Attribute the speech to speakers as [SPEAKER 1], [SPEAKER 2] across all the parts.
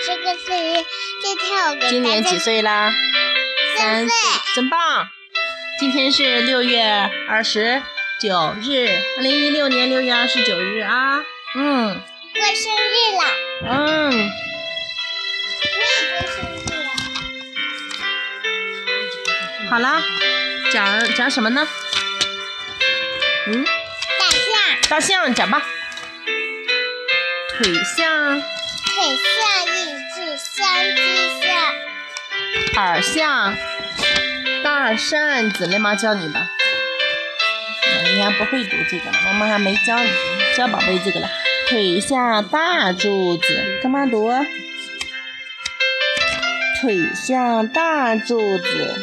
[SPEAKER 1] 是个四姨，今天我给大家
[SPEAKER 2] 今年几岁啦？
[SPEAKER 1] 三岁，
[SPEAKER 2] 真棒！今天是六月二十九日，二零一六年六月二十九日啊。嗯
[SPEAKER 1] 过生日了，
[SPEAKER 2] 嗯，
[SPEAKER 1] 我也过生日了。
[SPEAKER 2] 好啦，讲讲什么呢？嗯，
[SPEAKER 1] 大象、
[SPEAKER 2] 大象讲吧。腿象、
[SPEAKER 1] 腿象、一只象、鸡象、
[SPEAKER 2] 耳象、大扇子，雷妈教你的。哎你还不会读这个了，妈妈还没教你，教宝贝这个了。腿下大柱子，干嘛读？腿下大柱子，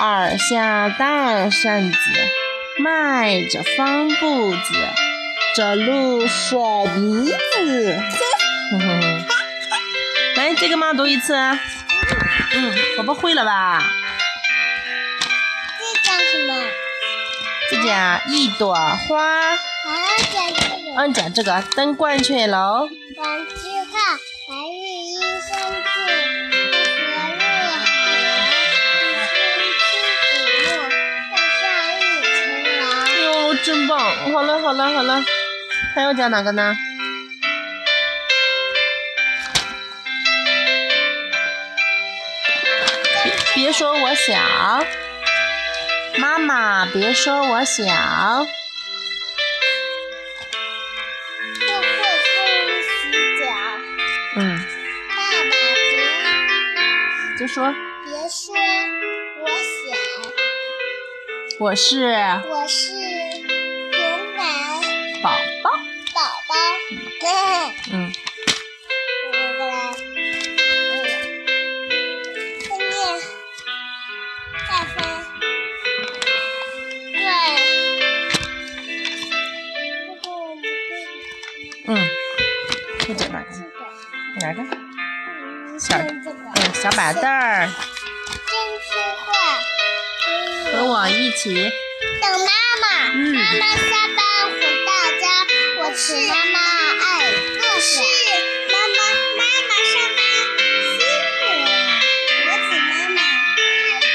[SPEAKER 2] 耳下大扇子，迈着方步子，走路甩鼻子。 哼哼哼来，这个嘛读一次。嗯，宝宝会了吧？
[SPEAKER 1] 这叫什么？
[SPEAKER 2] 这叫一朵花。
[SPEAKER 1] 啊，叫这个。
[SPEAKER 2] 嗯，讲这个登鹳雀楼，
[SPEAKER 1] 王之浩，白日依山尽，和日何？一春之以木，大象
[SPEAKER 2] 哎
[SPEAKER 1] 一
[SPEAKER 2] 呦，真棒！好了好了好了，还要讲哪个呢？别别说我小，妈妈别说我小，
[SPEAKER 1] 重郎，又会风洗脚。
[SPEAKER 2] 嗯，
[SPEAKER 1] 爸爸别
[SPEAKER 2] 就说
[SPEAKER 1] 别说我小，
[SPEAKER 2] 我是
[SPEAKER 1] 我是勇敢
[SPEAKER 2] 宝宝，
[SPEAKER 1] 宝宝。对。
[SPEAKER 2] 嗯，嗯，就这哪个？哪个？小嗯，小板凳儿，
[SPEAKER 1] 真听话，
[SPEAKER 2] 和我一起。
[SPEAKER 1] 等妈妈。
[SPEAKER 2] 嗯
[SPEAKER 1] 妈妈下班回到家，我是妈妈爱故事。妈妈，妈妈上班辛苦了，啊我请妈妈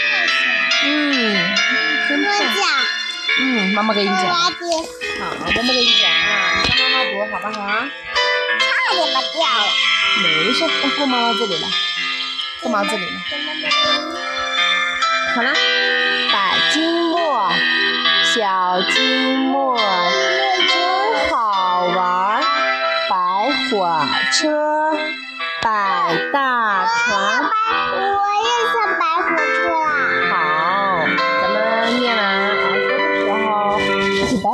[SPEAKER 1] 爱故事。
[SPEAKER 2] 嗯，真
[SPEAKER 1] 哎我
[SPEAKER 2] 棒。
[SPEAKER 1] 讲，
[SPEAKER 2] 嗯，妈妈给你讲。
[SPEAKER 1] 我
[SPEAKER 2] 好，
[SPEAKER 1] 来点，
[SPEAKER 2] 妈妈给你讲啊，你让妈妈读好不好啊？
[SPEAKER 1] 差点把掉了。
[SPEAKER 2] 没事，过妈妈这里来，过妈妈这里来。好啦，百金墨，小金墨，真好玩儿。百火车，百大船。
[SPEAKER 1] 我也想白火车啦。
[SPEAKER 2] 好，咱们念完儿歌的时候，一起摆。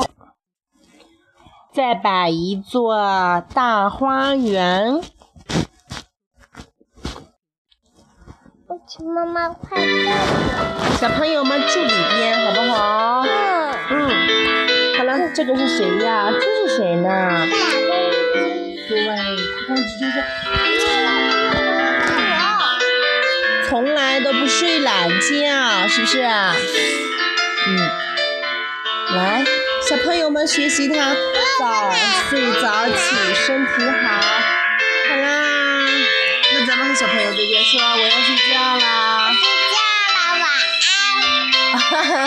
[SPEAKER 2] 再摆一座大花园，
[SPEAKER 1] 我请妈妈快乐。
[SPEAKER 2] 小朋友们住里边好不好？
[SPEAKER 1] 嗯，
[SPEAKER 2] 嗯，好了，这个是谁呀？这是谁呢？
[SPEAKER 1] 大公鸡。
[SPEAKER 2] 对，他刚直接说
[SPEAKER 1] 我
[SPEAKER 2] 从来都不睡懒觉，是不是？嗯，来，小朋友们学习他早睡早起，身体好。好啦，那咱们和小朋友再见，说我要睡觉啦。
[SPEAKER 1] 睡觉了，晚安。
[SPEAKER 2] 哈哈哈。